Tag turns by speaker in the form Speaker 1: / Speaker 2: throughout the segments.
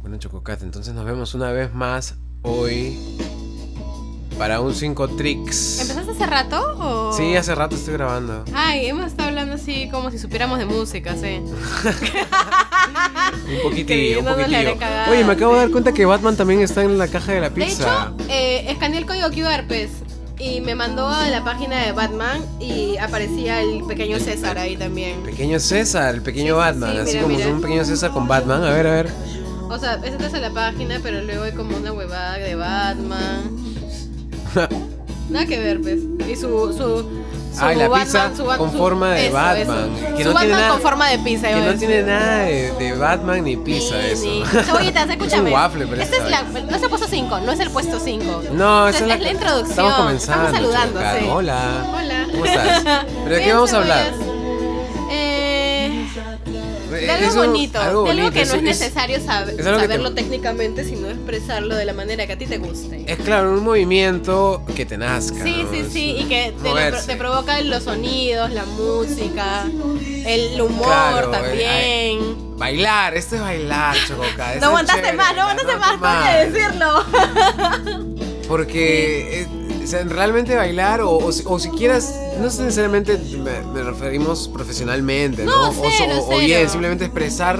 Speaker 1: Bueno, Chococat, entonces nos vemos una vez más hoy para un 5 tricks.
Speaker 2: ¿Empezaste hace rato o...?
Speaker 1: Sí, hace rato estoy grabando.
Speaker 2: Ay, hemos estado hablando así como si supiéramos de música, sí.
Speaker 1: Un poquitillo, un
Speaker 2: Creyéndonos la
Speaker 1: poquitillo.
Speaker 2: recagada.
Speaker 1: Oye, me acabo de dar cuenta que Batman también está en la caja de la
Speaker 2: De
Speaker 1: pizza.
Speaker 2: hecho, eh, escaneé el código QR, pues, y me mandó a la página de Batman y aparecía el pequeño César ahí también.
Speaker 1: Pequeño César, el pequeño
Speaker 2: Sí, sí,
Speaker 1: Batman,
Speaker 2: sí,
Speaker 1: así
Speaker 2: mira,
Speaker 1: como
Speaker 2: mira.
Speaker 1: un pequeño César con Batman. A ver, a ver.
Speaker 2: O sea, esa es la página, pero luego hay como una huevada de Batman. Nada que ver, pues. Y su... su su
Speaker 1: Ay, la
Speaker 2: Batman,
Speaker 1: pizza
Speaker 2: su Bat-
Speaker 1: con
Speaker 2: su-
Speaker 1: forma de
Speaker 2: eso,
Speaker 1: Batman,
Speaker 2: eso.
Speaker 1: que
Speaker 2: Su
Speaker 1: no tiene
Speaker 2: Batman
Speaker 1: nada-
Speaker 2: con forma de pizza.
Speaker 1: Que
Speaker 2: iba a
Speaker 1: no
Speaker 2: decir.
Speaker 1: tiene nada de, de Batman ni pizza
Speaker 2: Ni-
Speaker 1: eso.
Speaker 2: ni- Cebollitas, escúchame.
Speaker 1: waffle, pero
Speaker 2: Esta
Speaker 1: está
Speaker 2: es la, no es el puesto 5, no es el puesto 5.
Speaker 1: No, esa
Speaker 2: es, la, introducción.
Speaker 1: Estamos comenzando.
Speaker 2: saludando,
Speaker 1: Chococat.
Speaker 2: sí.
Speaker 1: Hola.
Speaker 2: Hola.
Speaker 1: ¿Cómo estás? ¿Pero de qué
Speaker 2: Bien,
Speaker 1: vamos a hablar?
Speaker 2: cebollas. Eh, de algo
Speaker 1: Eso-
Speaker 2: bonito, de algo que no
Speaker 1: eso
Speaker 2: es necesario saber,
Speaker 1: es algo que te- Eh,
Speaker 2: saberlo técnicamente, sino expresarlo de la manera que a ti te guste.
Speaker 1: Es claro, un movimiento que te nazca.
Speaker 2: Sí,
Speaker 1: ¿no?
Speaker 2: sí,
Speaker 1: Es
Speaker 2: sí, y que te, lo-
Speaker 1: moverse.
Speaker 2: te provoca los sonidos, la música, el humor
Speaker 1: Claro, eh,
Speaker 2: también.
Speaker 1: Bailar, esto es bailar, Chococa. esto es
Speaker 2: No aguantaste
Speaker 1: chévere,
Speaker 2: más, no aguantaste más, tengo que decirlo.
Speaker 1: Porque eh, o sea, realmente bailar, o, o, si- o siquiera, no sé, necesariamente me, me referimos profesionalmente, ¿no?
Speaker 2: No,
Speaker 1: o, so-
Speaker 2: cero,
Speaker 1: o bien,
Speaker 2: cero.
Speaker 1: simplemente expresar.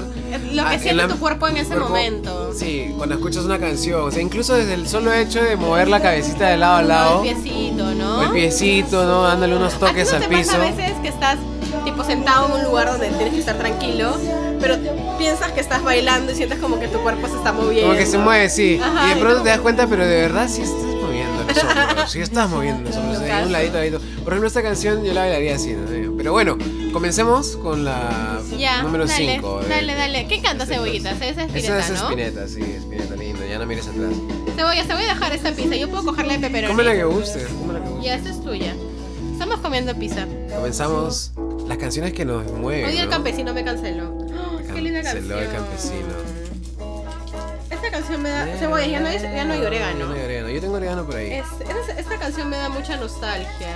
Speaker 2: Lo
Speaker 1: ah,
Speaker 2: que
Speaker 1: en
Speaker 2: siente
Speaker 1: la-
Speaker 2: tu cuerpo en ese
Speaker 1: cuerpo-
Speaker 2: momento.
Speaker 1: Sí, cuando escuchas una canción, o sea, incluso desde el solo hecho de mover la cabecita de lado a lado,
Speaker 2: O el piecito,
Speaker 1: o
Speaker 2: ¿no?
Speaker 1: el piecito, ¿no? Dándole unos toques
Speaker 2: ¿A ti no
Speaker 1: al
Speaker 2: te
Speaker 1: piso.
Speaker 2: Pasa a veces que estás tipo sentado en un lugar donde tienes que estar tranquilo, pero piensas que estás bailando y sientes como que tu cuerpo se está moviendo.
Speaker 1: Como que se mueve, sí.
Speaker 2: Ajá,
Speaker 1: y de
Speaker 2: y
Speaker 1: pronto
Speaker 2: tú-
Speaker 1: te das cuenta, pero de verdad sí estás moviendo los hombros. Sí estás moviendo los hombros.
Speaker 2: Lo
Speaker 1: De
Speaker 2: caso.
Speaker 1: un ladito a ladito. Por ejemplo, esta canción yo la bailaría así. ¿no? Pero bueno, comencemos con la
Speaker 2: Ya,
Speaker 1: número
Speaker 2: dale,
Speaker 1: 5.
Speaker 2: dale, dale. ¿Qué canta Cebollitas? Esa
Speaker 1: Esa es
Speaker 2: es Spinetta, ¿no?
Speaker 1: Spinetta, sí, Spinetta, lindo. Ya no mires atrás.
Speaker 2: Cebollas, te voy a dejar esta pizza. Yo puedo cogerla de
Speaker 1: Come la
Speaker 2: pepperoni.
Speaker 1: que guste, come la que guste.
Speaker 2: Ya, esta es tuya. Estamos comiendo pizza.
Speaker 1: Comenzamos las canciones que nos mueven.
Speaker 2: Hoy día el
Speaker 1: ¿no?
Speaker 2: campesino me canceló. ¡Oh, qué linda canción.
Speaker 1: Canceló el campesino.
Speaker 2: Esta canción me da. Cebollas, ya no, hay- ya no hay
Speaker 1: No
Speaker 2: orégano.
Speaker 1: hay orégano. Yo tengo orégano por ahí.
Speaker 2: Es- es- esta canción me da mucha nostalgia.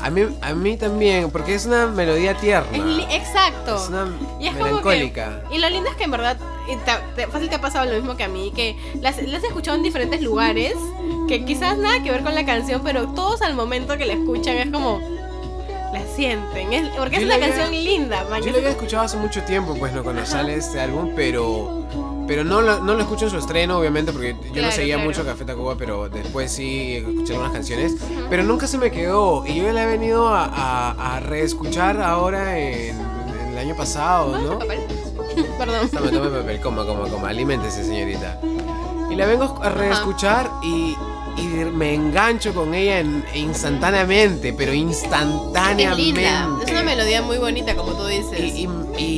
Speaker 1: A, mí, a mí también, porque es una melodía tierna.
Speaker 2: Es li- exacto.
Speaker 1: Es una
Speaker 2: Y es como
Speaker 1: melancólica.
Speaker 2: que- y lo lindo es que en verdad, y te- te- fácil te ha pasado lo mismo que a mí, que las, las he escuchado en diferentes lugares, que quizás nada que ver con la canción, pero todos al momento que la escuchan es como, la sienten, es- porque
Speaker 1: Yo
Speaker 2: es
Speaker 1: la
Speaker 2: una
Speaker 1: había-
Speaker 2: canción linda, man.
Speaker 1: Yo lo había escuchado hace mucho tiempo, pues, ¿no? Cuando sale este álbum, pero... Pero no lo, no lo escucho en su estreno, obviamente, porque yo no
Speaker 2: Claro,
Speaker 1: seguía
Speaker 2: claro.
Speaker 1: mucho Café Tacuba, pero después sí escuché algunas canciones. Pero nunca se me quedó, y yo la he venido a, a- a reescuchar ahora en, en el año pasado,
Speaker 2: ¿No?
Speaker 1: ¿no?
Speaker 2: papel? Perdón.
Speaker 1: Tome, tome papel, coma, coma, coma, aliméntese, señorita. Y la vengo a reescuchar y, y me engancho con ella en- instantáneamente, pero
Speaker 2: Es
Speaker 1: instantáneamente.
Speaker 2: linda, es una melodía muy bonita, como tú dices.
Speaker 1: Y, y-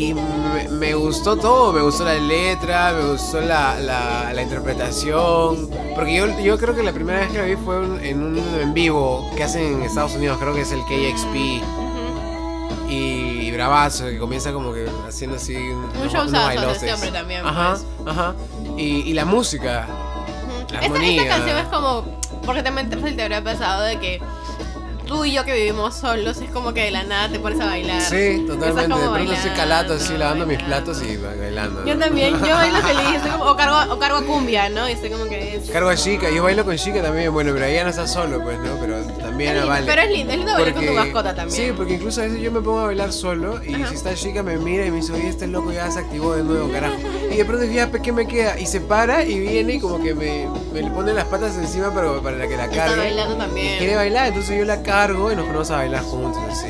Speaker 1: y me, me gustó todo, me gustó la letra, me gustó la, la- la interpretación. Porque yo, yo creo que la primera vez que la vi fue un- en un en vivo que hacen en Estados Unidos, creo que es el KXP.
Speaker 2: Ujú.
Speaker 1: Y, y Bravazo, que comienza como que haciendo así un, unos-
Speaker 2: showzazo
Speaker 1: unos
Speaker 2: de
Speaker 1: bailotes.
Speaker 2: este hombre también, pues.
Speaker 1: Ajá, ajá. Y, y la música.
Speaker 2: Ujú.
Speaker 1: La
Speaker 2: Esta- Esta,
Speaker 1: armonía.
Speaker 2: canción es como, porque también te, te habrá pasado de que tú y yo que vivimos solos, es como que de la nada te pones a bailar.
Speaker 1: Sí, totalmente.
Speaker 2: como
Speaker 1: De pronto estoy calato así,
Speaker 2: bailando,
Speaker 1: lavando mis
Speaker 2: bailando.
Speaker 1: platos y bailando. ¿no?
Speaker 2: Yo también, yo bailo feliz, estoy como- o, cargo, o cargo a cumbia, ¿no? Y estoy como que... es-
Speaker 1: Cargo a Chica, yo bailo con Chica también, bueno, pero ella no está solo, pues, ¿no? Pero
Speaker 2: es
Speaker 1: también
Speaker 2: lindo,
Speaker 1: vale.
Speaker 2: Pero es lindo, es lindo bailar con tu
Speaker 1: Porque-
Speaker 2: mascota también.
Speaker 1: Sí, porque incluso a veces yo me pongo a bailar solo y
Speaker 2: Ajá.
Speaker 1: si está chica me mira y me dice, oye, este loco ya se activó de nuevo, carajo. Y de pronto dije, ya, pues, ¿qué me queda? Y se para y viene y como que me, me le pone las patas encima para, para que la
Speaker 2: Está
Speaker 1: cargue.
Speaker 2: bailando
Speaker 1: Y
Speaker 2: también.
Speaker 1: quiere bailar, entonces yo la cargo y nos ponemos a bailar juntos, así.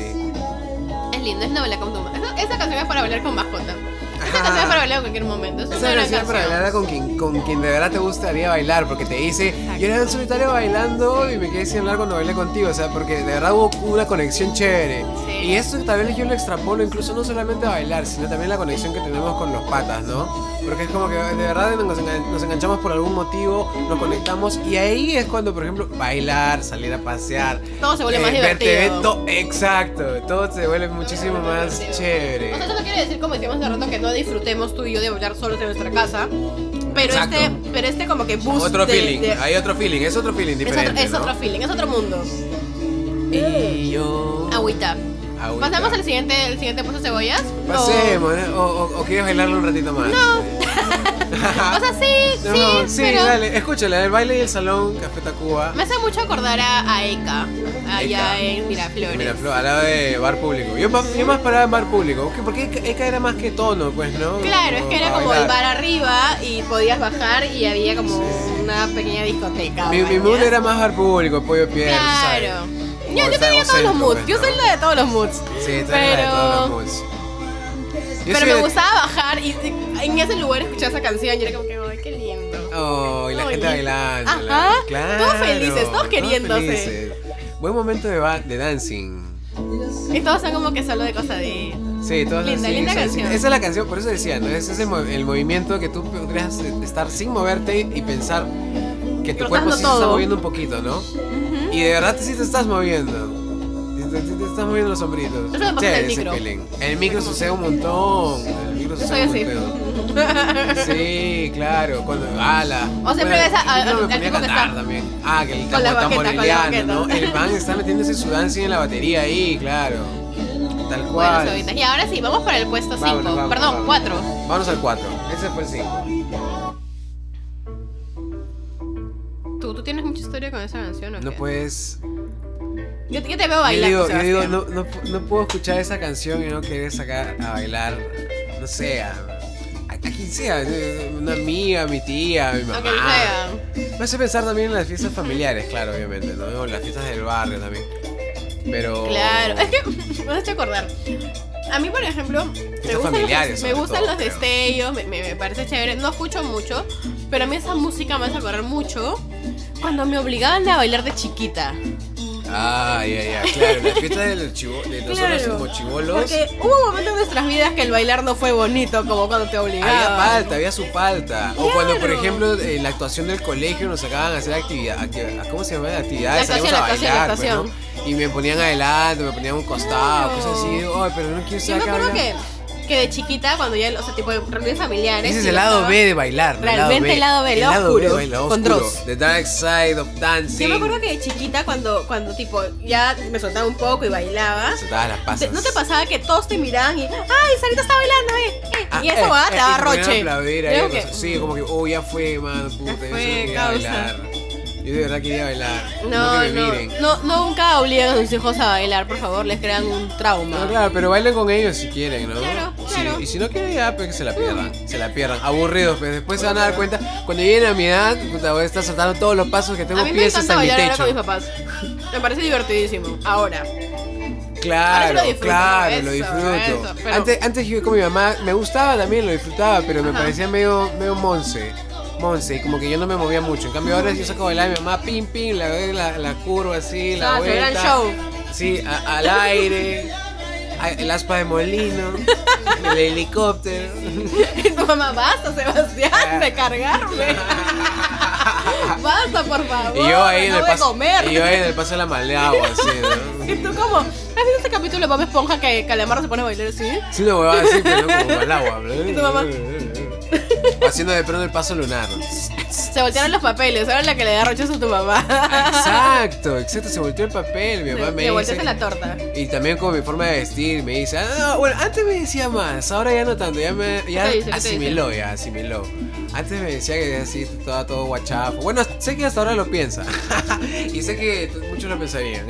Speaker 2: Es lindo, es no bailar con tu mascota. Esa, esa canción es para bailar con mascota. Esa canción es para bailar en cualquier momento. Es una
Speaker 1: Esa
Speaker 2: gran
Speaker 1: canción es para bailar con quien, con quien de verdad te gustaría bailar, porque te dice,
Speaker 2: Exacto.
Speaker 1: yo era en solitario bailando y me quedé sin hablar cuando bailé contigo, o sea, porque de verdad hubo una conexión chévere.
Speaker 2: Sí.
Speaker 1: Y esto tal vez yo lo extrapolo incluso no solamente a bailar, sino también la conexión que tenemos con los patas, ¿no? Porque es como que de verdad nos, engan- nos enganchamos por algún motivo, nos conectamos y ahí es cuando, por ejemplo, bailar, salir a pasear.
Speaker 2: Todo se vuelve
Speaker 1: eh,
Speaker 2: más
Speaker 1: verte
Speaker 2: divertido.
Speaker 1: evento- exacto, todo se vuelve muchísimo más
Speaker 2: divertido.
Speaker 1: chévere.
Speaker 2: O sea, eso no quiere decir, como decíamos hace rato, que no disfrutemos tú y yo de bailar solos en nuestra casa. Pero
Speaker 1: Exacto.
Speaker 2: este, pero este como que boost
Speaker 1: otro
Speaker 2: de-
Speaker 1: feeling,
Speaker 2: de-
Speaker 1: hay otro feeling, es otro feeling
Speaker 2: es, otro,
Speaker 1: diferente.
Speaker 2: es
Speaker 1: ¿no?
Speaker 2: otro feeling, es otro mundo. Eh,
Speaker 1: Y yo.
Speaker 2: Agüita.
Speaker 1: Agüita.
Speaker 2: Pasamos al siguiente, el siguiente puesto cebollas. ¿O-
Speaker 1: Pasemos, ¿eh? o, o- o quieres bailarlo un ratito más. No.
Speaker 2: O sea, sí, sí,
Speaker 1: no, sí,
Speaker 2: pero
Speaker 1: dale, escúchala, el baile y el salón, Café Tacuba.
Speaker 2: me hace mucho acordar a, a Eka,
Speaker 1: Eka.
Speaker 2: allá en Miraflores.
Speaker 1: Mira, Flo, al lado de bar público. Yo, pa- yo más paraba en bar público, que- porque Eka- Eka era más que tono, pues, ¿no?
Speaker 2: Claro, es que era
Speaker 1: para
Speaker 2: como el
Speaker 1: bailar.
Speaker 2: bar arriba y podías bajar y había como una pequeña discoteca.
Speaker 1: Mi, mi
Speaker 2: ¿mañas?
Speaker 1: mood era más bar público, pollo piedra.
Speaker 2: Claro. Yo,
Speaker 1: Como
Speaker 2: yo
Speaker 1: el
Speaker 2: tenía todos
Speaker 1: centro,
Speaker 2: los moods.
Speaker 1: pues,
Speaker 2: Yo
Speaker 1: ¿no?
Speaker 2: soy la de todos los moods.
Speaker 1: Sí, tú eres la de
Speaker 2: Pero-
Speaker 1: todos los moods. Yo
Speaker 2: Pero
Speaker 1: soy
Speaker 2: me
Speaker 1: de-
Speaker 2: gustaba bajar y y en ese lugar escuchar esa canción y era como que, ay, qué lindo.
Speaker 1: Oh, y la
Speaker 2: Ay.
Speaker 1: gente bailando.
Speaker 2: Ajá.
Speaker 1: la- Claro.
Speaker 2: Todos felices, todos queriéndose.
Speaker 1: felices. Buen momento de, ba- de dancing.
Speaker 2: Y todos son como que solo de cosa de...
Speaker 1: Sí, todos
Speaker 2: Linda,
Speaker 1: así,
Speaker 2: linda
Speaker 1: son-
Speaker 2: canción.
Speaker 1: Esa es la canción, por eso decía, ¿no? Ese es el, mo- el movimiento que tú podrías estar sin moverte y pensar que tu
Speaker 2: Flotando
Speaker 1: cuerpo sí se está
Speaker 2: todo.
Speaker 1: moviendo un poquito, ¿no?
Speaker 2: Ujú.
Speaker 1: Y de verdad sí te estás moviendo. Sí Te, sí te estás moviendo los sombritos.
Speaker 2: Eso me pasa en el
Speaker 1: ese
Speaker 2: micro.
Speaker 1: feeling. En el micro sucede un montón. En el micro
Speaker 2: Yo
Speaker 1: sucede
Speaker 2: soy
Speaker 1: un
Speaker 2: así.
Speaker 1: montón. Sí, claro, cuando ala.
Speaker 2: O siempre
Speaker 1: Bueno,
Speaker 2: ves a- a-
Speaker 1: yo me
Speaker 2: al
Speaker 1: ponía a
Speaker 2: tipo que
Speaker 1: cantar
Speaker 2: está-
Speaker 1: también. Ah, que el
Speaker 2: con la
Speaker 1: tambor-
Speaker 2: baqueta, con la
Speaker 1: tamborileano, ¿no?
Speaker 2: baqueta.
Speaker 1: El man está metiéndose su dancing en la batería ahí, claro. Tal
Speaker 2: Bueno,
Speaker 1: cual.
Speaker 2: sobritas. Y ahora sí, vamos para el puesto
Speaker 1: Vámonos,
Speaker 2: 5.
Speaker 1: vámonos,
Speaker 2: Perdón,
Speaker 1: vámonos.
Speaker 2: 4.
Speaker 1: Vamos al 4. Ese fue el 5.
Speaker 2: ¿Tú, tú tienes mucha historia con esa canción, ¿o
Speaker 1: No
Speaker 2: qué?
Speaker 1: puedes.
Speaker 2: Yo, yo te veo
Speaker 1: Yo
Speaker 2: bailar.
Speaker 1: digo, yo
Speaker 2: pues, Sebastián.
Speaker 1: digo no, no, pu- no puedo escuchar esa canción y no querer sacar a bailar. No sé, a, a- a quien sea. Una amiga, mi tía, mi mamá.
Speaker 2: Aunque sea.
Speaker 1: Me hace pensar también en las fiestas familiares, claro, obviamente, ¿no? O en las fiestas del barrio también. Pero.
Speaker 2: Claro, es que me has hecho acordar. A mí, por ejemplo, me gustan,
Speaker 1: familiares,
Speaker 2: los, me
Speaker 1: sobre
Speaker 2: gustan
Speaker 1: todo,
Speaker 2: los
Speaker 1: creo.
Speaker 2: destellos, me, me- me parece chévere. No escucho mucho, pero a mí esa música me hace acordar mucho cuando me obligaban a bailar de chiquita.
Speaker 1: Ah, ya, ya, claro. Las fiestas de los chivo- de nosotros como chivolos.
Speaker 2: Porque hubo un momento en nuestras vidas que el bailar no fue bonito, como cuando te
Speaker 1: Había
Speaker 2: obligaban.
Speaker 1: palta, había su palta. O cuando, por
Speaker 2: Claro.
Speaker 1: ejemplo, en la actuación del colegio nos sacaban a hacer actividad, acti- ¿cómo se llama?
Speaker 2: La
Speaker 1: Actividades,
Speaker 2: actuación,
Speaker 1: salíamos a
Speaker 2: la actuación, la
Speaker 1: bailar, pues,
Speaker 2: actuación.
Speaker 1: ¿no? Y me ponían adelante, me ponían a un costado,
Speaker 2: Claro.
Speaker 1: cosas así. Ay, pero no quiero
Speaker 2: Yo me
Speaker 1: sacar.
Speaker 2: acuerdo que, que de chiquita, cuando ya, o sea, tipo de reuniones familiares.
Speaker 1: Ese es
Speaker 2: y
Speaker 1: el
Speaker 2: yo
Speaker 1: lado
Speaker 2: estaba-
Speaker 1: B de bailar. ¿no?
Speaker 2: Realmente el lado B,
Speaker 1: El
Speaker 2: lo
Speaker 1: lado
Speaker 2: oscuro,
Speaker 1: B de bailar,
Speaker 2: con
Speaker 1: oscuro.
Speaker 2: Dross.
Speaker 1: The dark side of
Speaker 2: Yo
Speaker 1: dancing.
Speaker 2: me acuerdo que de chiquita, cuando, cuando tipo ya me soltaba un poco y bailaba.
Speaker 1: Se daban las pasas.
Speaker 2: Te- ¿No te pasaba que todos te miraban y ¡Ay, Sarita está bailando! Eh, eh",
Speaker 1: Ah,
Speaker 2: y eso
Speaker 1: eh,
Speaker 2: va,
Speaker 1: eh,
Speaker 2: te daba
Speaker 1: y ponían
Speaker 2: roche.
Speaker 1: aplaudir ahí,
Speaker 2: Creo
Speaker 1: cosas-
Speaker 2: que-
Speaker 1: Sí, como que, oh, ya fue, man, puta, yo
Speaker 2: fue,
Speaker 1: solo quería
Speaker 2: causa.
Speaker 1: bailar. Yo de verdad quería bailar.
Speaker 2: No,
Speaker 1: que me
Speaker 2: no,
Speaker 1: miren.
Speaker 2: no, no, nunca obligan a sus hijos a bailar, por favor, les crean un trauma.
Speaker 1: No, claro, pero bailen con ellos si quieren, ¿no?
Speaker 2: Claro,
Speaker 1: Sí,
Speaker 2: claro.
Speaker 1: Y si no quieren, ya, pues que se la pierdan. Se la pierdan. Aburridos, pero después se van a dar cuenta. Cuando lleguen a mi edad, puta, voy a estar saltando todos los pasos que tengo
Speaker 2: a mí me
Speaker 1: pies hasta
Speaker 2: encanta
Speaker 1: mi
Speaker 2: bailar ahora
Speaker 1: techo.
Speaker 2: con mis papás. Me parece divertidísimo. Ahora. Ahora sí
Speaker 1: Claro,
Speaker 2: lo disfruto,
Speaker 1: claro,
Speaker 2: eso,
Speaker 1: lo disfruto.
Speaker 2: eso, pero-
Speaker 1: Antes, antes yo con mi mamá me gustaba también, lo disfrutaba, pero me
Speaker 2: Ajá.
Speaker 1: parecía medio, medio monse. Monse, y como que yo no me movía mucho. En cambio, ahora yo saco a bailar a mi mamá, pim, pim, la, la, la curva así, la
Speaker 2: Ah, se
Speaker 1: vuelta.
Speaker 2: verá el show.
Speaker 1: Sí, a- al aire, a- el aspa de molino, el helicóptero.
Speaker 2: Y tu mamá, basta, Sebastián, de cargarme. basta, por favor.
Speaker 1: Y yo ahí,
Speaker 2: Ah, no
Speaker 1: en, el
Speaker 2: voy a
Speaker 1: paso,
Speaker 2: comer.
Speaker 1: y yo ahí en el paso de la maleagua, así, ¿no?
Speaker 2: Y tú como, ¿has visto este capítulo de Bob Esponja que Calamarro se pone a bailar así?
Speaker 1: Sí, una huevada así, pero como malagua.
Speaker 2: Y tu mamá.
Speaker 1: Haciendo de pronto el paso lunar.
Speaker 2: Se voltearon los papeles, ahora la que le da roche es a tu mamá.
Speaker 1: Exacto, exacto, se volteó el papel, mi mamá me
Speaker 2: Te
Speaker 1: dice.
Speaker 2: volteaste la torta.
Speaker 1: Y también con mi forma de vestir, me dice, "Ah, bueno, antes me decía más, ahora ya no tanto, ya me ya
Speaker 2: te dice? ¿Qué te
Speaker 1: asimiló, ya asimiló. Antes me decía que así todo, todo guachafo. Bueno, sé que hasta ahora lo piensa. y sé que t- muchos lo pensarían.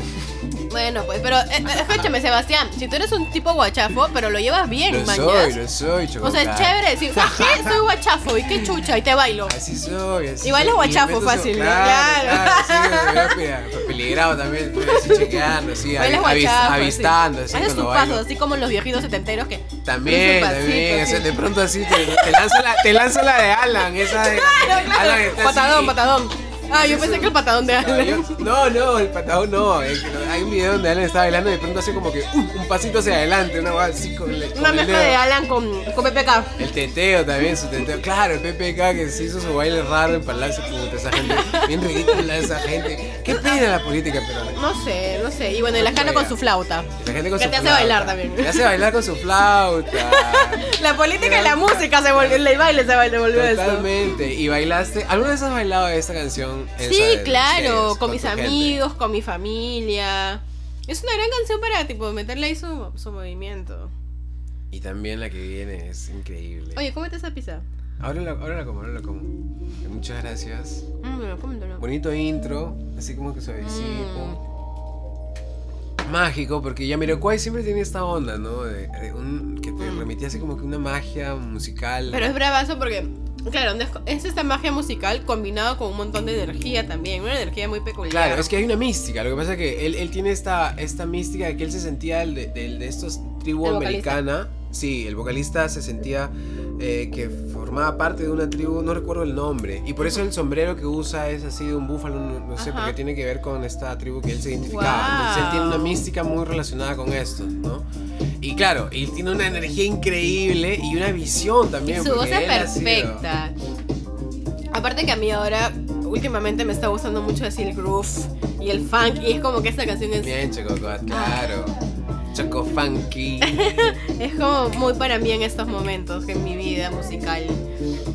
Speaker 2: Bueno, pues, pero eh, eh, escúchame, Sebastián, si tú eres un tipo guachafo, pero lo llevas bien,
Speaker 1: Lo
Speaker 2: mañana.
Speaker 1: soy, lo soy, chocolate.
Speaker 2: O sea, es chévere decir, "Ah, ¿qué? Soy guachafo y qué chucha, y te bailo.
Speaker 1: Así soy, así
Speaker 2: Igual
Speaker 1: soy.
Speaker 2: es guachafo
Speaker 1: Y meto eso-
Speaker 2: fácil, ¿no?
Speaker 1: Claro,
Speaker 2: Claro.
Speaker 1: claro, sí, pero peligrado también, pero así chequeando, así,
Speaker 2: Bailas
Speaker 1: avi- avis-
Speaker 2: guachafo. así.
Speaker 1: avistando, así
Speaker 2: Haces
Speaker 1: cuando
Speaker 2: sus
Speaker 1: bailo.
Speaker 2: pasos, así como los viejitos setenteros que.
Speaker 1: También,
Speaker 2: Pero es un
Speaker 1: también.
Speaker 2: pasito,
Speaker 1: o sea,
Speaker 2: sí.
Speaker 1: de pronto así te, te lanza la, te lanza la de Alan, esa de.
Speaker 2: Claro,
Speaker 1: Alan
Speaker 2: claro.
Speaker 1: Ah, está
Speaker 2: Patadón,
Speaker 1: así.
Speaker 2: patadón. Ah,
Speaker 1: Haces
Speaker 2: yo pensé
Speaker 1: un-
Speaker 2: que el patadón de
Speaker 1: Claro,
Speaker 2: Alan.
Speaker 1: yo- No, no, el patadón no. es que no- hay un video donde Alan está bailando y de pronto hace como que uh, un pasito hacia adelante, una cosa así con, el- con
Speaker 2: Una
Speaker 1: el
Speaker 2: mezcla
Speaker 1: dedo.
Speaker 2: de Alan con, con PPK.
Speaker 1: El teteo también, su teteo. Claro, el PPK que se hizo su baile raro en Palacio, puta, esa gente. Bien ridícula esa gente. Qué pena la política peruana.
Speaker 2: No sé, no sé. Y bueno, y la Jana con su flauta.
Speaker 1: La gente con
Speaker 2: Que
Speaker 1: su
Speaker 2: te hace
Speaker 1: flauta.
Speaker 2: bailar también.
Speaker 1: Te hace bailar con su flauta.
Speaker 2: La política y la música se volvió, el baile se volvió eso.
Speaker 1: Totalmente. Y bailaste. ¿Alguna vez has bailado esta canción? Elsa,
Speaker 2: Sí,
Speaker 1: de los
Speaker 2: claro,
Speaker 1: Shakers,
Speaker 2: con
Speaker 1: tu
Speaker 2: mis
Speaker 1: gente?
Speaker 2: amigos, con mi familia. Es una gran canción para tipo meterle ahí su, su movimiento.
Speaker 1: Y también la que viene es increíble.
Speaker 2: Oye, cómete esa pizza.
Speaker 1: Ahora la, ahora la como, ahora la como. Eh, Muchas gracias.
Speaker 2: Mm, pero póntelo.
Speaker 1: Bonito intro, así como que
Speaker 2: Mm.
Speaker 1: suavecito. Mágico, porque Yamiroquai siempre tiene esta onda, ¿no? De, de un, que te
Speaker 2: Mm.
Speaker 1: remitía así como que una magia musical.
Speaker 2: Pero es bravazo porque, claro, desco- es esta magia musical combinado con un montón de energía también, una energía muy peculiar.
Speaker 1: Claro, es que hay una mística. Lo que pasa es que él, él tiene esta, esta mística de que él se sentía el de, del- de estos tribu
Speaker 2: El vocalista.
Speaker 1: americana. Sí, el vocalista se sentía eh, que formaba parte de una tribu, no recuerdo el nombre. Y por eso el sombrero que usa es así de un búfalo, no, no sé,
Speaker 2: Ajá.
Speaker 1: porque tiene que ver con esta tribu que él se identificaba.
Speaker 2: Guau.
Speaker 1: Entonces él tiene una mística muy relacionada con esto, ¿no? Y claro, él tiene una energía increíble y una visión
Speaker 2: Y
Speaker 1: también.
Speaker 2: su voz
Speaker 1: porque
Speaker 2: es
Speaker 1: él ha sido-
Speaker 2: perfecta. Aparte que a mí ahora, últimamente me está gustando mucho así el groove y el funk, y es como que esta canción es,
Speaker 1: Bien, Choco, God, claro.
Speaker 2: Ah.
Speaker 1: Choco Funky.
Speaker 2: es como muy para mí en estos momentos, en mi vida musical.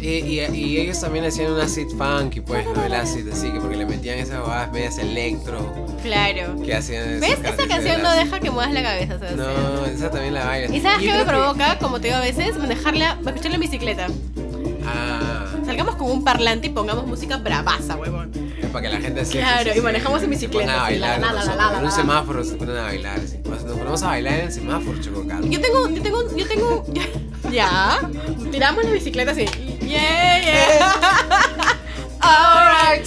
Speaker 1: Y, y- y ellos también hacían un acid funky, pues, ¿no? El acid, así que porque le metían esas bobadas medias electro
Speaker 2: Claro.
Speaker 1: que hacían.
Speaker 2: ¿Ves? Esta canción no deja que muevas la cabeza, Sebastián.
Speaker 1: No, esa también la baila.
Speaker 2: ¿Y sabes
Speaker 1: Yo
Speaker 2: qué me
Speaker 1: creo que-
Speaker 2: provoca? Como te digo a veces, manejarla, escucharla en bicicleta.
Speaker 1: Ah,
Speaker 2: Salgamos con un parlante y pongamos música bravaza, huevón.
Speaker 1: es para que la gente así.
Speaker 2: Claro,
Speaker 1: sí,
Speaker 2: y
Speaker 1: sí,
Speaker 2: manejamos
Speaker 1: sí,
Speaker 2: en
Speaker 1: se
Speaker 2: bicicleta,
Speaker 1: ponen a
Speaker 2: así, la,
Speaker 1: bailar.
Speaker 2: la, la,
Speaker 1: nosotros.
Speaker 2: la, la,
Speaker 1: en un
Speaker 2: la.
Speaker 1: semáforo se ponen a bailar. así. Nos ponemos a bailar en el semáforo, chococado.
Speaker 2: Yo tengo, yo tengo, yo tengo. Ya. Tiramos la bicicleta así. Yeah, yeah. Alright.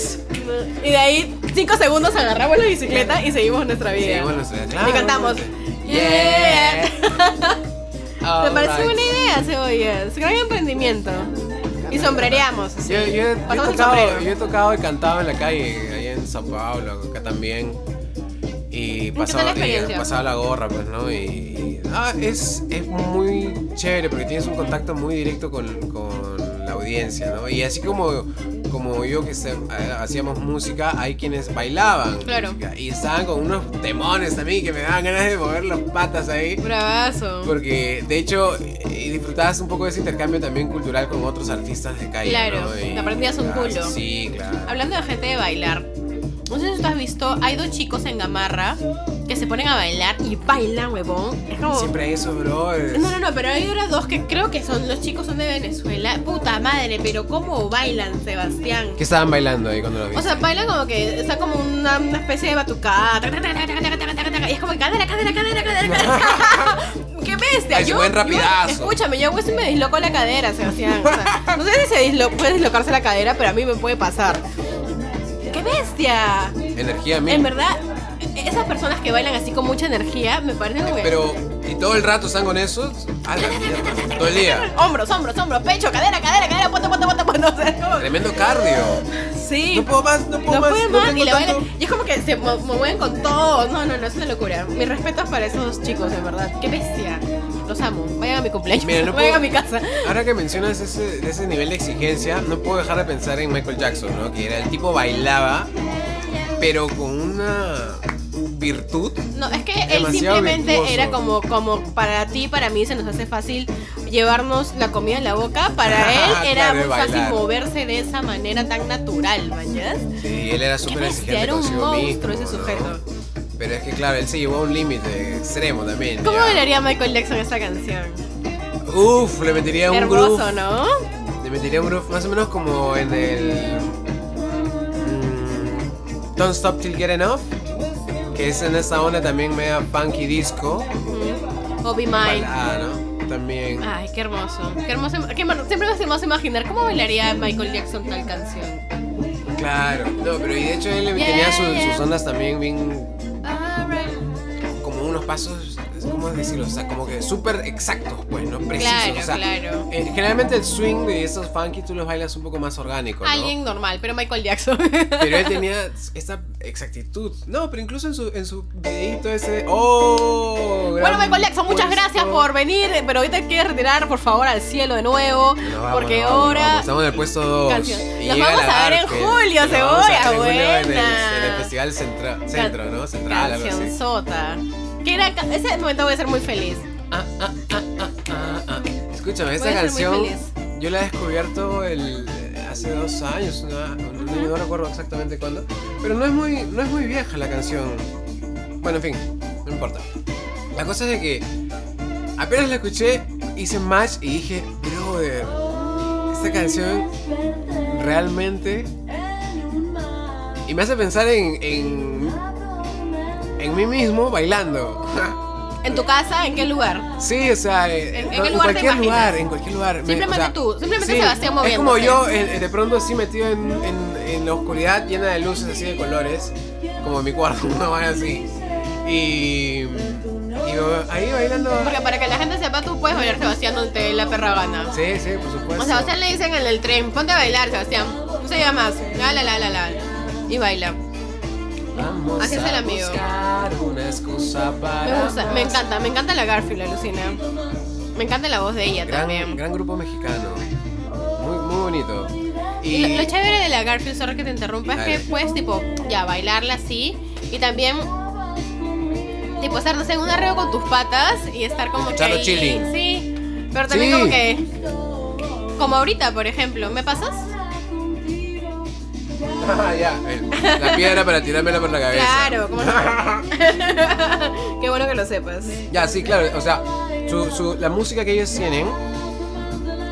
Speaker 2: Y de ahí, cinco segundos agarramos la bicicleta y seguimos nuestra vida.
Speaker 1: Seguimos nuestra- claro.
Speaker 2: Y cantamos.
Speaker 1: Yeah.
Speaker 2: Yeah. Me parece buena idea, Cebollas. Gran emprendimiento. Y sombrereamos. así.
Speaker 1: Yo, yo- yo he
Speaker 2: Pasamos el
Speaker 1: tocado,
Speaker 2: sombrero.
Speaker 1: yo he tocado y cantado en la calle, allá en San Pablo, acá también. Y pasaba,
Speaker 2: tal la
Speaker 1: y
Speaker 2: experiencia?
Speaker 1: pasaba la gorra, pues, ¿no? Y, y- ah, es, es muy chévere porque tienes un contacto muy directo con, con la audiencia, ¿no? Y así como, como yo que se- ah, hacíamos música, hay quienes bailaban.
Speaker 2: Claro.
Speaker 1: música y estaban con unos temones también que me daban ganas de mover las patas ahí.
Speaker 2: Bravazo.
Speaker 1: Porque de hecho eh, disfrutabas un poco de ese intercambio también cultural con otros artistas de calle.
Speaker 2: Claro,
Speaker 1: ¿no?
Speaker 2: te aprendías un
Speaker 1: ah,
Speaker 2: culo.
Speaker 1: Sí, claro.
Speaker 2: Hablando de gente de bailar, no sé si tú has visto, hay dos chicos en Gamarra que se ponen a bailar y bailan, huevón. Es como.
Speaker 1: Siempre hay esos brothers.
Speaker 2: No, no, no, pero hay otras dos que creo que son, los chicos son de Venezuela. Puta madre, pero ¿cómo bailan, Sebastián?
Speaker 1: Que estaban bailando ahí cuando lo viste.
Speaker 2: O sea, bailan como que, está como una, una especie de batucada. taca, taca, taca, taca, taca, taca, taca, Y es como cadera, cadera, cadera, cadera. cadera. ¡Qué bestia!
Speaker 1: Ay, se mueven rapidazo.
Speaker 2: escúchame, yo a veces me disloco la cadera, Sebastián. O sea, no sé si se dislo- puede dislocarse la cadera, pero a mí me puede pasar. ¡Qué bestia!
Speaker 1: Energía
Speaker 2: En
Speaker 1: misma.
Speaker 2: verdad, esas personas que bailan así con mucha energía me parecen como que-
Speaker 1: Pero, ¿y todo el rato están con esos? A la mierda. Todo el día.
Speaker 2: Hombros, hombros, hombros, pecho, cadera, cadera, cadera, ponte, ponte, ponte, ponte. O sea, es como-
Speaker 1: Tremendo cardio.
Speaker 2: Sí.
Speaker 1: No puedo más, no puedo
Speaker 2: No
Speaker 1: más.
Speaker 2: pueden
Speaker 1: no
Speaker 2: más
Speaker 1: tengo
Speaker 2: y, la
Speaker 1: tanto.
Speaker 2: bailan- y es como que se mo- mo- mueven con todo. No, no, no, es una locura. Mis respetos para esos chicos, de verdad. Qué bestia. Los amo. Vayan a mi cumpleaños.
Speaker 1: Mira, no
Speaker 2: Vayan
Speaker 1: puedo-
Speaker 2: a mi casa.
Speaker 1: Ahora que mencionas ese, de ese nivel de exigencia, no puedo dejar de pensar en Michael Jackson, ¿no? Que era el tipo bailaba, pero con una virtud.
Speaker 2: No, es que él
Speaker 1: Demasiado
Speaker 2: simplemente
Speaker 1: virtuoso.
Speaker 2: era como, como para ti, para mí se nos hace fácil llevarnos la comida en la boca. Para él era
Speaker 1: Claro,
Speaker 2: muy fácil
Speaker 1: bailar.
Speaker 2: moverse de esa manera tan natural, mañas.
Speaker 1: Sí, él era súper
Speaker 2: bestia,
Speaker 1: exigente
Speaker 2: era un
Speaker 1: consigo
Speaker 2: monstruo
Speaker 1: mismo,
Speaker 2: ese
Speaker 1: ¿no?
Speaker 2: sujeto.
Speaker 1: Pero es que claro, él se llevó a un límite extremo también.
Speaker 2: ¿Cómo
Speaker 1: ya.
Speaker 2: bailaría Michael Jackson esta canción?
Speaker 1: Uf, le metería un
Speaker 2: Hermoso,
Speaker 1: groove.
Speaker 2: ¿no?
Speaker 1: Le metería un groove más o menos como en el mm, Don't Stop Till Get Enough, que es en esa onda también media punky disco.
Speaker 2: Ujú. O Be Mine.
Speaker 1: Balada, ¿no? También.
Speaker 2: Ay, qué hermoso. Qué hermoso. qué mar- siempre nos hemos imaginar cómo bailaría Michael Jackson tal canción.
Speaker 1: Claro. No, pero y de hecho él
Speaker 2: Yeah,
Speaker 1: tenía su-
Speaker 2: yeah.
Speaker 1: sus ondas también bien
Speaker 2: Ah,
Speaker 1: como unos pasos, ¿cómo decirlo? O sea, como que súper exactos, pues, ¿no? Precisos.
Speaker 2: Claro,
Speaker 1: o sea,
Speaker 2: claro.
Speaker 1: eh, generalmente el swing de esos funky tú los bailas un poco más orgánico, ¿no?
Speaker 2: Alguien normal, pero Michael Jackson.
Speaker 1: Pero él tenía esta exactitud. No, pero incluso en su, en su videíto ese. ¡Oh!
Speaker 2: bueno,
Speaker 1: gran
Speaker 2: Michael Jackson, muchas
Speaker 1: puesto.
Speaker 2: gracias por venir, pero ahorita quieres retirar, por favor, al cielo de nuevo,
Speaker 1: Nos vamos,
Speaker 2: porque
Speaker 1: nos vamos,
Speaker 2: ahora...
Speaker 1: vamos. Estamos en el puesto 2.
Speaker 2: Canción. Nos vamos a ver en julio, Cebolla,
Speaker 1: En el,
Speaker 2: buena.
Speaker 1: en el Festival Centra- Centro, ¿no? Central, algo
Speaker 2: Canción
Speaker 1: así.
Speaker 2: sota. Que era, ca- ese momento voy a ser muy feliz.
Speaker 1: Ah, ah. Escúchame,
Speaker 2: Voy
Speaker 1: esta
Speaker 2: a ser muy
Speaker 1: canción
Speaker 2: feliz.
Speaker 1: yo la he descubierto el, hace dos años, una- un año, no recuerdo exactamente cuándo. Pero no es, muy, no es muy vieja la canción. Bueno, en fin, no importa. La cosa es de que apenas la escuché, hice match y dije, brother, esta esta canción realmente. Y me hace pensar en, en, en mí mismo bailando.
Speaker 2: ¿En tu casa? ¿En qué lugar?
Speaker 1: Sí, o sea, eh,
Speaker 2: ¿En- en
Speaker 1: no, en,
Speaker 2: qué lugar te
Speaker 1: cualquier
Speaker 2: imaginas?
Speaker 1: lugar, en cualquier lugar. Me-
Speaker 2: Simplemente tú, simplemente Sebastián
Speaker 1: Es como
Speaker 2: moviéndose.
Speaker 1: yo, eh, eh, de pronto así metido en, en- en la oscuridad llena de luces así de colores, como en mi cuarto, una vaina así. Y, y yo ahí bailando.
Speaker 2: Porque para que la gente sepa, tú puedes bailar Sebastián donde te dé la perra gana.
Speaker 1: Sí, sí, por supuesto.
Speaker 2: O sea, Sebastián le dicen en el tren, ponte a bailar, Sebastián. No se diga más. La, la, la, la, la. Y baila.
Speaker 1: Vamos
Speaker 2: así es el
Speaker 1: a
Speaker 2: amigo.
Speaker 1: buscar una excusa para
Speaker 2: Me gusta, me encanta, me encanta la Garfield, alucina. Me encanta la voz de ella
Speaker 1: Gran,
Speaker 2: también.
Speaker 1: gran grupo mexicano. Muy, muy bonito.
Speaker 2: Y lo,
Speaker 1: Y,
Speaker 2: lo chévere de la Garfield, sorry que te interrumpa, es
Speaker 1: Dale.
Speaker 2: que puedes, tipo, ya bailarla así. Y también, tipo, estar, no sé, en un arreo con tus patas y estar como que.
Speaker 1: Escucharlo
Speaker 2: ahí-
Speaker 1: chilling.
Speaker 2: Sí. Pero también,
Speaker 1: Sí.
Speaker 2: como que. Como ahorita, por ejemplo, ¿me pasas?
Speaker 1: Ah, ya. El- La piedra para tirármela por la cabeza.
Speaker 2: Claro, ¿cómo no? Qué bueno que lo sepas.
Speaker 1: Ya, sí, claro. O sea, su- su- la música que ellos tienen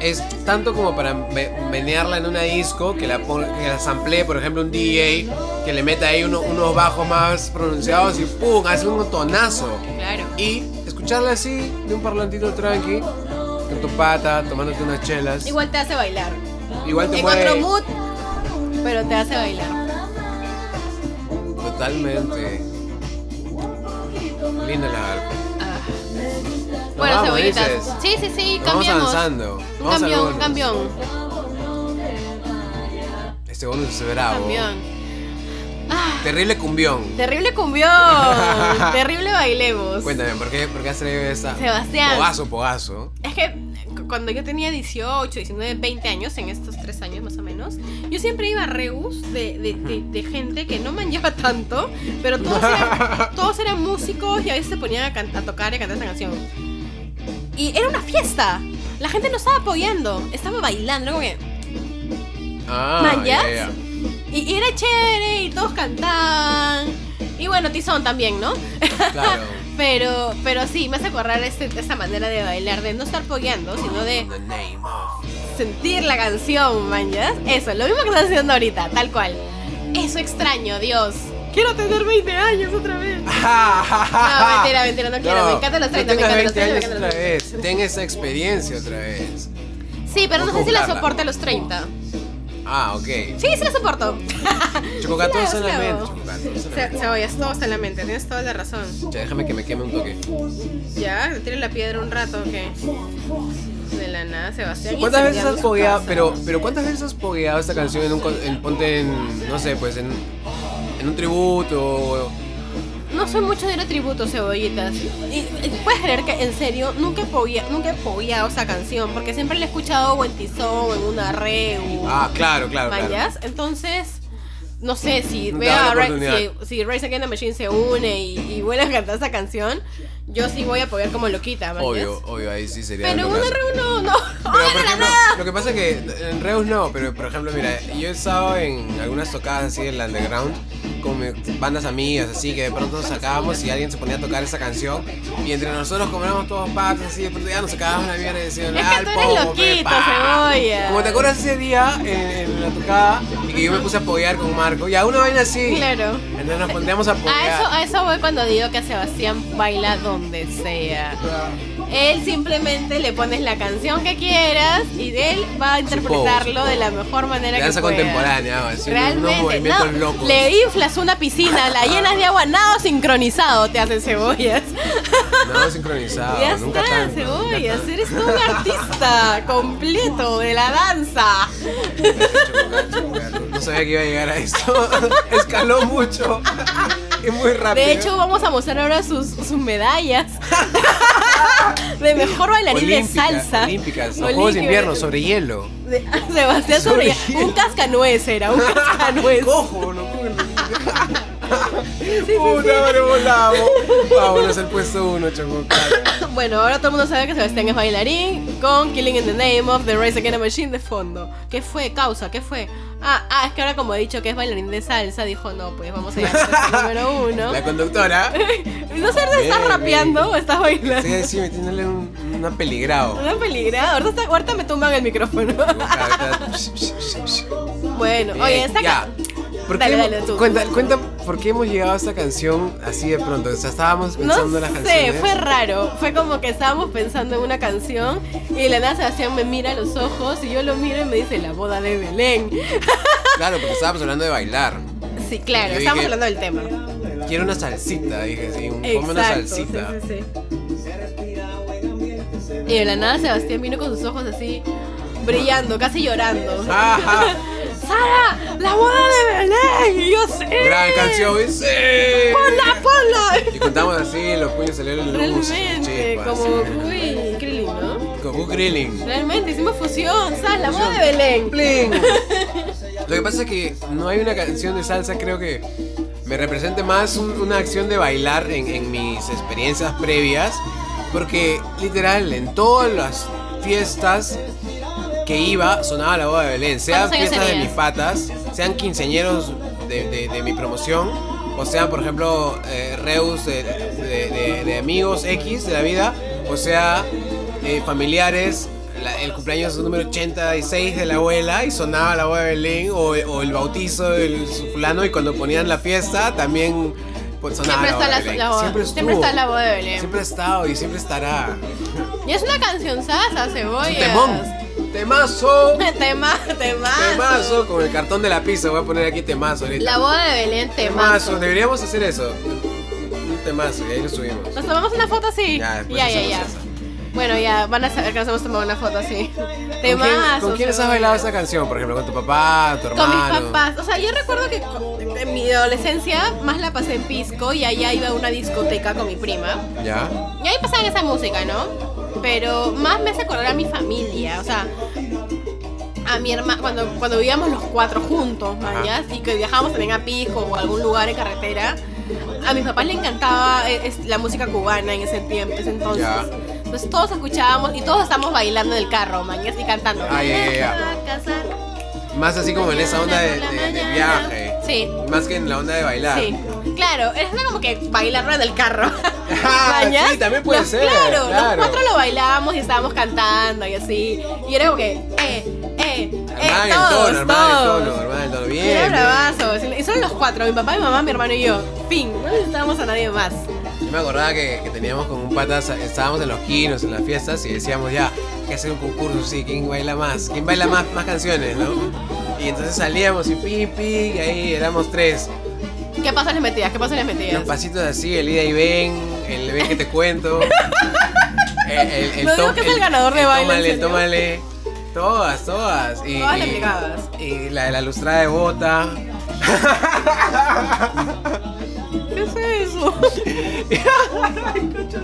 Speaker 1: es tanto como para me- menearla en una disco, que la, pon- que la samplee, por ejemplo, un DJ, que le meta ahí uno- unos bajos más pronunciados y ¡pum! hace un tonazo.
Speaker 2: Claro.
Speaker 1: Y escucharla así, de un parlantito tranqui, con tu pata, tomándote unas chelas.
Speaker 2: Igual te hace bailar.
Speaker 1: Igual te
Speaker 2: En
Speaker 1: mueve.
Speaker 2: otro mood, pero te hace bailar.
Speaker 1: Totalmente. Linda la harpa.
Speaker 2: Ah.
Speaker 1: Nos
Speaker 2: Bueno,
Speaker 1: vamos,
Speaker 2: cebollitas.
Speaker 1: dices.
Speaker 2: Sí, sí, sí,
Speaker 1: Nos vamos
Speaker 2: cambiamos.
Speaker 1: avanzando.
Speaker 2: Un
Speaker 1: Vamos al
Speaker 2: cambión, un
Speaker 1: bonus.
Speaker 2: cambión,
Speaker 1: Este bonus es bravo.
Speaker 2: cambión. Ah,
Speaker 1: Terrible cumbión.
Speaker 2: terrible cumbión. terrible bailemos.
Speaker 1: Cuéntame, ¿por qué, por qué has traído esa?
Speaker 2: Sebastián.
Speaker 1: Pogazo, pogazo.
Speaker 2: Es que cu- cuando yo tenía 18, 19, 20 años, en estos tres años más o menos, yo siempre iba a reus de, de- de- de gente que no manchaba tanto, pero todos eran, todos eran músicos y a veces se ponían a, can- a tocar y a cantar esa canción. Y era una fiesta. La gente nos estaba apoyando, estaba bailando, como que-
Speaker 1: Ah,
Speaker 2: ¿Manjas?
Speaker 1: ya, ya.
Speaker 2: y, y era chévere y todos cantaban. Y bueno, Tizón también, ¿no?
Speaker 1: Claro.
Speaker 2: Pero, pero sí, me hace acordar este- esa manera de bailar, de no estar apoyando, sino de
Speaker 1: In the name of.
Speaker 2: sentir la canción, man, ¿ya? Eso, lo mismo que estás haciendo ahorita, tal cual. Eso extraño, Dios. Quiero tener 20 años otra vez. No, mentira, mentira, no quiero. me encantan los 30,
Speaker 1: no
Speaker 2: me encantan
Speaker 1: tengas
Speaker 2: los 30,
Speaker 1: 20
Speaker 2: me encantan
Speaker 1: años
Speaker 2: los
Speaker 1: otra
Speaker 2: 30.
Speaker 1: vez. Ten esa experiencia otra vez.
Speaker 2: Sí, pero no
Speaker 1: Ojo,
Speaker 2: sé si la
Speaker 1: Carla.
Speaker 2: soporto a los 30.
Speaker 1: Ah, ok.
Speaker 2: Sí, sí la soporto.
Speaker 1: Chocogatón
Speaker 2: Sí, claro,
Speaker 1: solamente.
Speaker 2: claro.
Speaker 1: Chocogatón
Speaker 2: Se,
Speaker 1: solamente.
Speaker 2: cebollas, todo solamente, tienes toda la razón.
Speaker 1: Ya, déjame que me queme un toque.
Speaker 2: Ya, tienes la piedra un rato, que De la nada, Sebastián.
Speaker 1: ¿Cuántas veces
Speaker 2: incendiando
Speaker 1: has
Speaker 2: su
Speaker 1: pogueado,
Speaker 2: casa.
Speaker 1: pero, pero cuántas veces has pogueado esta canción en un, con- en- ponte en, no sé, pues en, en un tributo o-
Speaker 2: No soy mucho de ir a tributo, cebollitas. Y, y puedes creer que en serio nunca he poguea- nunca he pogueado esa canción, porque siempre la he escuchado o en Tizón, o en una reu.
Speaker 1: Ah, claro, claro, claro.
Speaker 2: ¿Mayas? Entonces, no sé si
Speaker 1: No te da
Speaker 2: veo
Speaker 1: la
Speaker 2: a Ra-
Speaker 1: oportunidad.
Speaker 2: si, si Rise Against the Machine se une y, y vuelve a cantar esa canción, yo sí voy a apoyar como loquita, ¿mayas?
Speaker 1: Obvio, obvio, ahí sí sería
Speaker 2: Pero en
Speaker 1: locazo.
Speaker 2: una reu no, no.
Speaker 1: Pero,
Speaker 2: ¡Ay,
Speaker 1: por
Speaker 2: de la
Speaker 1: ejemplo,
Speaker 2: nada!
Speaker 1: lo que pasa es que en Reus no, pero por ejemplo, mira, yo he estado en algunas tocadas así en la underground con mis bandas amigas, así que de pronto nos sacábamos y alguien se ponía a tocar esa canción y entre nosotros comíamos todos patos así, de pronto ya nos sacábamos la mierda y decíamos,
Speaker 2: Es que
Speaker 1: "Ah, el
Speaker 2: tú eres
Speaker 1: pobre,
Speaker 2: loquito,
Speaker 1: pa".
Speaker 2: cebolla.
Speaker 1: Como te acuerdas ese día en, en la tocada y que yo me puse a apoyar con Marco, ya una vaina así,
Speaker 2: Claro.
Speaker 1: entonces nos poníamos a apoyar.
Speaker 2: A eso, a eso voy cuando digo que Sebastián baila donde sea. Él simplemente le pones la canción que quieras y él va a interpretarlo de la mejor manera
Speaker 1: Danza
Speaker 2: que pueda.
Speaker 1: contemporánea, así, unos
Speaker 2: Realmente,
Speaker 1: movimientos
Speaker 2: no,
Speaker 1: locos.
Speaker 2: le inflas una piscina, la llenas de agua, nada sincronizado te hacen cebollas.
Speaker 1: No, sincronizado,
Speaker 2: ya
Speaker 1: Ah, nunca
Speaker 2: está,
Speaker 1: tanto, nunca
Speaker 2: cebollas,
Speaker 1: tanto.
Speaker 2: eres todo un artista completo de la danza.
Speaker 1: No sabía que iba a llegar a esto. Escaló mucho. Y muy rápido.
Speaker 2: De hecho, vamos a mostrar ahora sus, sus medallas de mejor bailarín
Speaker 1: Olímpica-
Speaker 2: de salsa.
Speaker 1: Olímpicas. Los
Speaker 2: Olímpica.
Speaker 1: Juegos de Invierno sobre hielo.
Speaker 2: De- Sebastián Zorrilla.
Speaker 1: Zorrilla.
Speaker 2: Un cascanuez era, un cascanuez.
Speaker 1: Cojo, no puedo. Puta, madre, volamos. Vámonos al puesto uno, chocolate.
Speaker 2: Bueno, ahora todo el mundo sabe que Sebastián es bailarín con Killing in the Name of the Race Against the Machine de fondo. ¿Qué fue? ¿Causa? ¿Qué fue? Ah, ah, es que ahora como he dicho que es bailarín de salsa, dijo no, pues vamos a ir al número uno.
Speaker 1: La conductora.
Speaker 2: No sé, ¿estás
Speaker 1: Bien,
Speaker 2: rapeando o estás bailando?
Speaker 1: Sí, sí, metiéndole un, un no han peligrado.
Speaker 2: No peligrado. Ahorita, está- ahorita me tumban el micrófono. bueno, oye, esta
Speaker 1: ya.
Speaker 2: ca-
Speaker 1: ¿Por
Speaker 2: Dale,
Speaker 1: qué hemos-
Speaker 2: dale, tú.
Speaker 1: Cuenta, cuenta por qué hemos llegado a esta canción así de pronto. O sea, estábamos pensando
Speaker 2: No
Speaker 1: en las
Speaker 2: sé,
Speaker 1: canciones.
Speaker 2: fue raro. Fue como que estábamos pensando en una canción y de la nada Sebastián me mira a los ojos y yo lo miro y me dice la boda de Belén.
Speaker 1: Claro, porque estábamos hablando de bailar.
Speaker 2: Sí, claro,
Speaker 1: Yo
Speaker 2: estamos
Speaker 1: dije-
Speaker 2: hablando del tema.
Speaker 1: Quiero una salsita, dije, sí, un, ponme una
Speaker 2: Exacto. Sí,
Speaker 1: salsita.
Speaker 2: sí, sí. Y de la nada Sebastián vino con sus ojos así, brillando, casi llorando.
Speaker 1: Ajá,
Speaker 2: ¡Sara! ¡La boda de Belén! Y yo sí.
Speaker 1: gran canción, y sí.
Speaker 2: ¡Ponla, ponla!
Speaker 1: Y contamos así, los puños salieron la luz.
Speaker 2: Realmente,
Speaker 1: chispas,
Speaker 2: como
Speaker 1: sí.
Speaker 2: uy, Krillin, ¿no?
Speaker 1: Como un grilling.
Speaker 2: Realmente, hicimos fusión, ¿sabes? La boda de Belén.
Speaker 1: Bling. Lo que pasa es que no hay una canción de salsa, creo que me represente más un- una acción de bailar en, en mis experiencias previas, porque literal, en todas las fiestas que iba, sonaba la boda de Belén, sean
Speaker 2: ¿Cuántos años
Speaker 1: fiestas de
Speaker 2: tenías?
Speaker 1: mis patas, sean quinceañeros de, de- de mi promoción, o sea, por ejemplo, eh, Reus de, de- de- de amigos X de la vida, o sea, eh, familiares, la- el cumpleaños número 86 de la abuela y sonaba la boda de Belén, o, o el bautizo del fulano y cuando ponían la fiesta también pues, sonaba la
Speaker 2: Siempre está
Speaker 1: boda
Speaker 2: la,
Speaker 1: de Belén.
Speaker 2: la boda.
Speaker 1: Siempre
Speaker 2: Siempre
Speaker 1: estuvo.
Speaker 2: está la boda de Belén.
Speaker 1: Siempre ha estado y siempre estará.
Speaker 2: Y es una canción sasa, cebollas.
Speaker 1: Temón. Temazo.
Speaker 2: Tema- temazo.
Speaker 1: Temazo con el cartón de la pizza. Voy a poner aquí temazo ahorita.
Speaker 2: La boda de Belén,
Speaker 1: temazo.
Speaker 2: temazo.
Speaker 1: Deberíamos hacer eso. Un temazo y ahí lo subimos.
Speaker 2: Nos tomamos una foto así.
Speaker 1: Ya,
Speaker 2: Ya,
Speaker 1: después
Speaker 2: ya, ya.
Speaker 1: hacemos esa.
Speaker 2: Bueno, ya van a saber que nos hemos tomado una foto así.
Speaker 1: ¿Con
Speaker 2: Temazo.
Speaker 1: quién, ¿Con quiénes has
Speaker 2: cebollas.
Speaker 1: bailado esa canción? Por ejemplo, con tu papá, tu
Speaker 2: Con mis
Speaker 1: hermano.
Speaker 2: papás. O sea, yo recuerdo que cu- en mi adolescencia más la pasé en Pisco y allá iba a una discoteca con mi prima.
Speaker 1: ¿Ya?
Speaker 2: Y ahí pasaban esa música, ¿no? Pero más me hace acordar a mi familia, o sea, a mi hermana, cuando, cuando vivíamos los cuatro juntos, mañas, y que viajábamos también a Pisco o a algún lugar en carretera, a mis papás le encantaba eh, es- la música cubana en ese tiempo, ese entonces.
Speaker 1: Ya.
Speaker 2: Entonces todos escuchábamos y todos estábamos bailando en el carro, mañas, y cantando.
Speaker 1: Ah, ya, ya, ya.
Speaker 2: "Me voy a casar
Speaker 1: Más así como en esa onda de,
Speaker 2: mañana por la
Speaker 1: de- de
Speaker 2: mañana".
Speaker 1: viaje.
Speaker 2: Sí.
Speaker 1: Más que en la onda de bailar.
Speaker 2: Sí, claro, es como que bailarlo en el carro.
Speaker 1: Ah,
Speaker 2: ¿Mañas?
Speaker 1: sí, también puede
Speaker 2: Los-
Speaker 1: ser,
Speaker 2: Claro,
Speaker 1: claro.
Speaker 2: los cuatro lo bailábamos y estábamos cantando y así. Y era como que, eh, eh,
Speaker 1: Armada
Speaker 2: eh,
Speaker 1: en el
Speaker 2: todos,
Speaker 1: tono, armada en el tono,
Speaker 2: todos.
Speaker 1: armada en el tono.
Speaker 2: Y
Speaker 1: Bien.
Speaker 2: era
Speaker 1: bien.
Speaker 2: bravazo. Y solo los cuatro, mi papá, mi mamá, mi hermano y yo. Fin, no necesitábamos a nadie más.
Speaker 1: Yo me acordaba que, que teníamos con un pata, sa- estábamos en los quinos, en las fiestas, y decíamos ya, hay que hacer un concurso, sí, ¿quién baila más? ¿Quién baila más, más canciones, no? Y entonces salíamos y pi, pi, y ahí éramos tres.
Speaker 2: ¿Qué pasa les metías? ¿Qué pasa les metías?
Speaker 1: Los pasitos así, el ida y ven, el ven que te cuento. El, el, el
Speaker 2: No digo
Speaker 1: tom-
Speaker 2: que es el ganador de baile,
Speaker 1: Tómale,
Speaker 2: ¿en serio?
Speaker 1: tómale. Todas, todas. Y,
Speaker 2: Todas le
Speaker 1: y-
Speaker 2: pegabas.
Speaker 1: Y la de la lustrada de bota.
Speaker 2: ¿Qué es eso?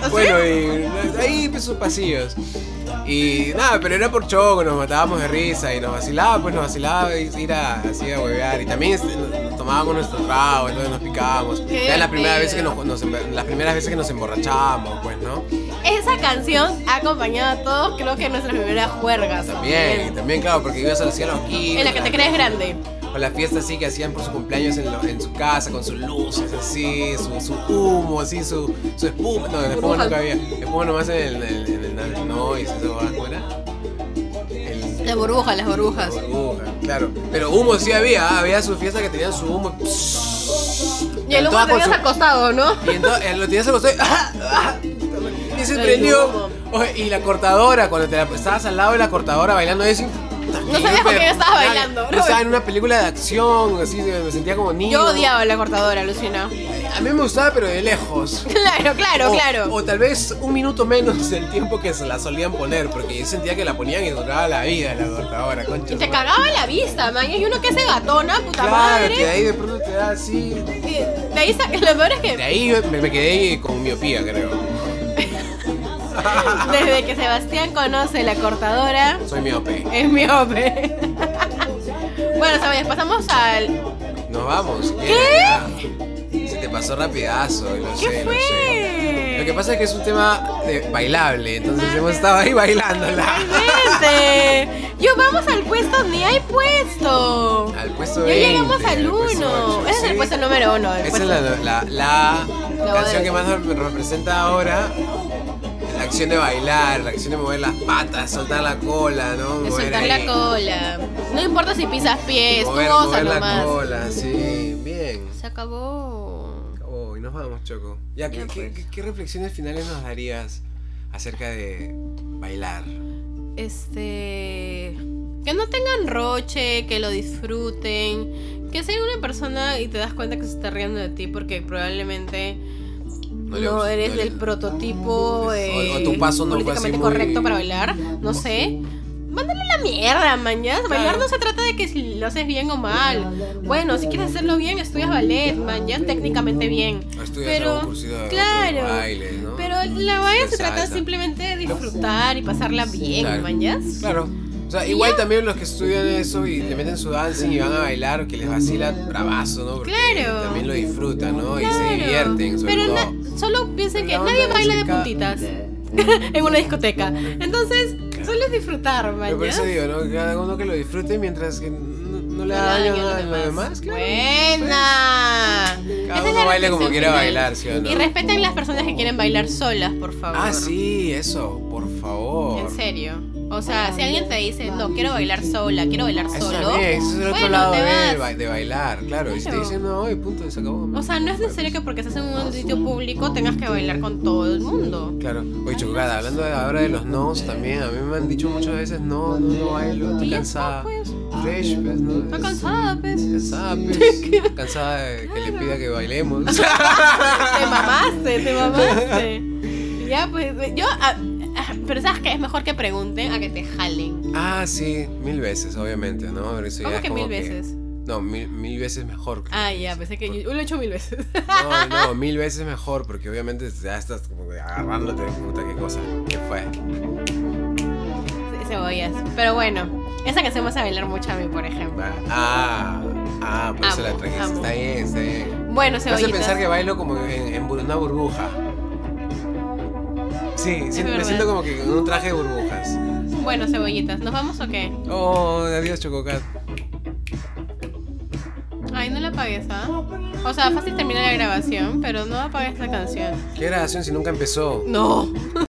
Speaker 2: ¿Así?
Speaker 1: Bueno, y ahí pues, sus pasillos. Y nada, pero era por choco, nos matábamos de risa y nos vacilaba, pues nos vacilaba y ir a, así a huevear. Y también este, nos- nos tomábamos nuestro trago, entonces nos picábamos.
Speaker 2: Qué
Speaker 1: Eran las primeras veces que
Speaker 2: divertido.
Speaker 1: nos, nos embe- las primeras veces que nos emborrachábamos, pues, ¿no?
Speaker 2: Esa canción ha acompañado a todos, creo que en nuestras primeras juergas.
Speaker 1: También, también, claro, porque ibas a los cielos aquí.
Speaker 2: En la que te crees grande.
Speaker 1: O la fiesta así que hacían por su cumpleaños en, lo- en su casa, con sus luces así, su, su humo, así, su, su espuma. No, la espuma
Speaker 2: Burbuja.
Speaker 1: nunca había. Espuma nomás en el. En el, en el noise, eso, ¿cómo era? El-
Speaker 2: Las burbujas, las burbujas.
Speaker 1: burbuja, claro. Pero humo sí había, ah, había su fiesta que tenían su humo.
Speaker 2: Y el humo
Speaker 1: Todas
Speaker 2: te
Speaker 1: con
Speaker 2: habías
Speaker 1: su-
Speaker 2: acostado, ¿no?
Speaker 1: Y entonces lo tenías al costado y, ¡ah! ¡ah! y se
Speaker 2: El
Speaker 1: prendió.
Speaker 2: humo.
Speaker 1: Oye, y la cortadora, cuando te la, estabas al lado de la cortadora bailando eso.
Speaker 2: No sabías con quién estabas bailando,
Speaker 1: No
Speaker 2: ¿no?
Speaker 1: estaba en una película de acción, así me sentía como niño.
Speaker 2: Yo odiaba la cortadora, Lucina.
Speaker 1: A mí me gustaba, pero de lejos.
Speaker 2: Claro, claro,
Speaker 1: o,
Speaker 2: claro.
Speaker 1: O tal vez un minuto menos del tiempo que se la solían poner, porque yo sentía que la ponían y duraba la vida la cortadora, concha.
Speaker 2: Y te
Speaker 1: su madre.
Speaker 2: cagaba la vista, man. Y uno que se gatona, puta
Speaker 1: Claro, que de
Speaker 2: madre.
Speaker 1: ahí de pronto te da así.
Speaker 2: Y De ahí sa- lo peor es
Speaker 1: De
Speaker 2: que
Speaker 1: ahí me, me quedé con miopía, creo.
Speaker 2: desde que Sebastián conoce la cortadora,
Speaker 1: Soy miope.
Speaker 2: es miope. bueno, Ceballos, pasamos al.
Speaker 1: Nos vamos.
Speaker 2: ¿Qué?
Speaker 1: ¿Qué? Se te pasó rapidazo, lo
Speaker 2: ¿Qué
Speaker 1: sé, lo sé. Lo que
Speaker 2: fue?
Speaker 1: pasa es que es un tema de- bailable, entonces hemos estado ahí bailándola.
Speaker 2: Realmente. Yo vamos al puesto, ni hay puesto.
Speaker 1: Al puesto
Speaker 2: Ya
Speaker 1: 20.
Speaker 2: llegamos al
Speaker 1: puesto ocho,
Speaker 2: uno. Ese es
Speaker 1: sí.
Speaker 2: el puesto número uno. el
Speaker 1: Esa
Speaker 2: puesto-
Speaker 1: es la, la, la
Speaker 2: La
Speaker 1: canción
Speaker 2: boda.
Speaker 1: que más nos representa ahora. La acción de bailar, la acción de mover las patas, soltar la cola, ¿no?
Speaker 2: De
Speaker 1: Mover
Speaker 2: soltar
Speaker 1: ahí,
Speaker 2: la cola. No importa si pisas pies, tú
Speaker 1: eh. Mover,
Speaker 2: goza
Speaker 1: mover la
Speaker 2: nomás.
Speaker 1: cola, sí, bien.
Speaker 2: Se acabó.
Speaker 1: Oh, y nos vamos, Choco. Ya, ¿qué,
Speaker 2: Ya,
Speaker 1: qué-
Speaker 2: pues.
Speaker 1: qué- qué reflexiones finales nos darías acerca de bailar?
Speaker 2: Este. Que no tengan roche, que lo disfruten. Que sea una persona y te das cuenta que se está riendo de ti porque probablemente no,
Speaker 1: le gusta-
Speaker 2: eres
Speaker 1: no le-
Speaker 2: del prototipo
Speaker 1: O-
Speaker 2: eh,
Speaker 1: o tu paso no fue así
Speaker 2: políticamente
Speaker 1: muy-
Speaker 2: correcto para bailar. No sé. Mándale la mierda, mañana. Bailar no se trata de que si lo haces bien o mal. Bueno, si quieres hacerlo bien, estudias ballet, mañana técnicamente bien.
Speaker 1: O estudias
Speaker 2: Pero,
Speaker 1: algún curso de
Speaker 2: claro,
Speaker 1: baile, ¿no? Mm,
Speaker 2: Pero la vaina se trata
Speaker 1: Salsa.
Speaker 2: simplemente de disfrutar y pasarla bien,
Speaker 1: Claro.
Speaker 2: mañas.
Speaker 1: Claro. O sea, igual también los que estudian eso y le meten su dancing y van a bailar, que les vacila bravazo, ¿no? Porque
Speaker 2: Claro.
Speaker 1: También lo disfrutan, ¿no? Y se
Speaker 2: Claro.
Speaker 1: divierten, sobre
Speaker 2: Pero
Speaker 1: todo.
Speaker 2: na- solo piensen que
Speaker 1: La onda
Speaker 2: nadie
Speaker 1: de
Speaker 2: baila de
Speaker 1: música-
Speaker 2: puntitas en una discoteca. Entonces, solo es disfrutar,
Speaker 1: Pero por
Speaker 2: mañas.
Speaker 1: eso digo, ¿no? Cada uno que lo disfrute mientras que no, no le haga daño a los demás, claro.
Speaker 2: Buena.
Speaker 1: Cada
Speaker 2: Esa es
Speaker 1: uno
Speaker 2: la
Speaker 1: baile como
Speaker 2: reflexión
Speaker 1: quiera
Speaker 2: final.
Speaker 1: bailar, ¿sí o no?
Speaker 2: Y respeten las personas que quieren bailar solas, por favor.
Speaker 1: Ah, sí, eso, por favor.
Speaker 2: En serio. O sea, si alguien te dice, no, quiero bailar sola, quiero bailar
Speaker 1: Eso
Speaker 2: solo.
Speaker 1: también, eso es el otro
Speaker 2: bueno,
Speaker 1: lado
Speaker 2: te
Speaker 1: de,
Speaker 2: vas.
Speaker 1: ba- de bailar, claro. Y si te
Speaker 2: Claro.
Speaker 1: dicen no, y punto, se acabó.
Speaker 2: O sea, no es necesario que porque estás en un sitio público tengas que bailar con todo el mundo.
Speaker 1: Claro, oye Chocada, hablando de- ahora de los nos también, a mí me han dicho muchas veces no, no, no bailo, estoy
Speaker 2: Y ya
Speaker 1: cansada.
Speaker 2: está, pues.
Speaker 1: Fresh, pues, ¿no?
Speaker 2: Está cansada, pues.
Speaker 1: Cansada, pues. Cansada de que le pida que bailemos.
Speaker 2: Te mamaste, te mamaste. Ya, pues, yo. ah, ah, pero sabes que es mejor que pregunten a que te jalen.
Speaker 1: Ah, sí, mil veces, obviamente, ¿no? Pero eso ya
Speaker 2: ¿Cómo
Speaker 1: es
Speaker 2: que
Speaker 1: como
Speaker 2: mil veces?
Speaker 1: No, mil, mil veces mejor.
Speaker 2: Ah, ya, pensé que yo, yo lo he hecho mil veces.
Speaker 1: No, no, mil veces mejor, porque obviamente ya estás como que agarrándote, puta, qué cosa, qué fue.
Speaker 2: Sí, Cebollas. Pero bueno, esa canción vas a bailar mucho a mí, por ejemplo.
Speaker 1: Ah, ah, por eso
Speaker 2: Amo,
Speaker 1: la trajiste.
Speaker 2: pues, amo.
Speaker 1: Está bien, está bien.
Speaker 2: Bueno,
Speaker 1: Me hace pensar
Speaker 2: cebollitas.
Speaker 1: que bailo como en, en bur- una burbuja. Sí, sí, me
Speaker 2: verdad.
Speaker 1: siento como que en un traje de burbujas.
Speaker 2: Bueno, cebollitas. ¿Nos vamos o qué?
Speaker 1: Oh, adiós, Chococat.
Speaker 2: Ay, no la apagues, ¿ah? O sea, fácil termina la grabación, pero no apagues la canción.
Speaker 1: Qué grabación si nunca empezó.
Speaker 2: No.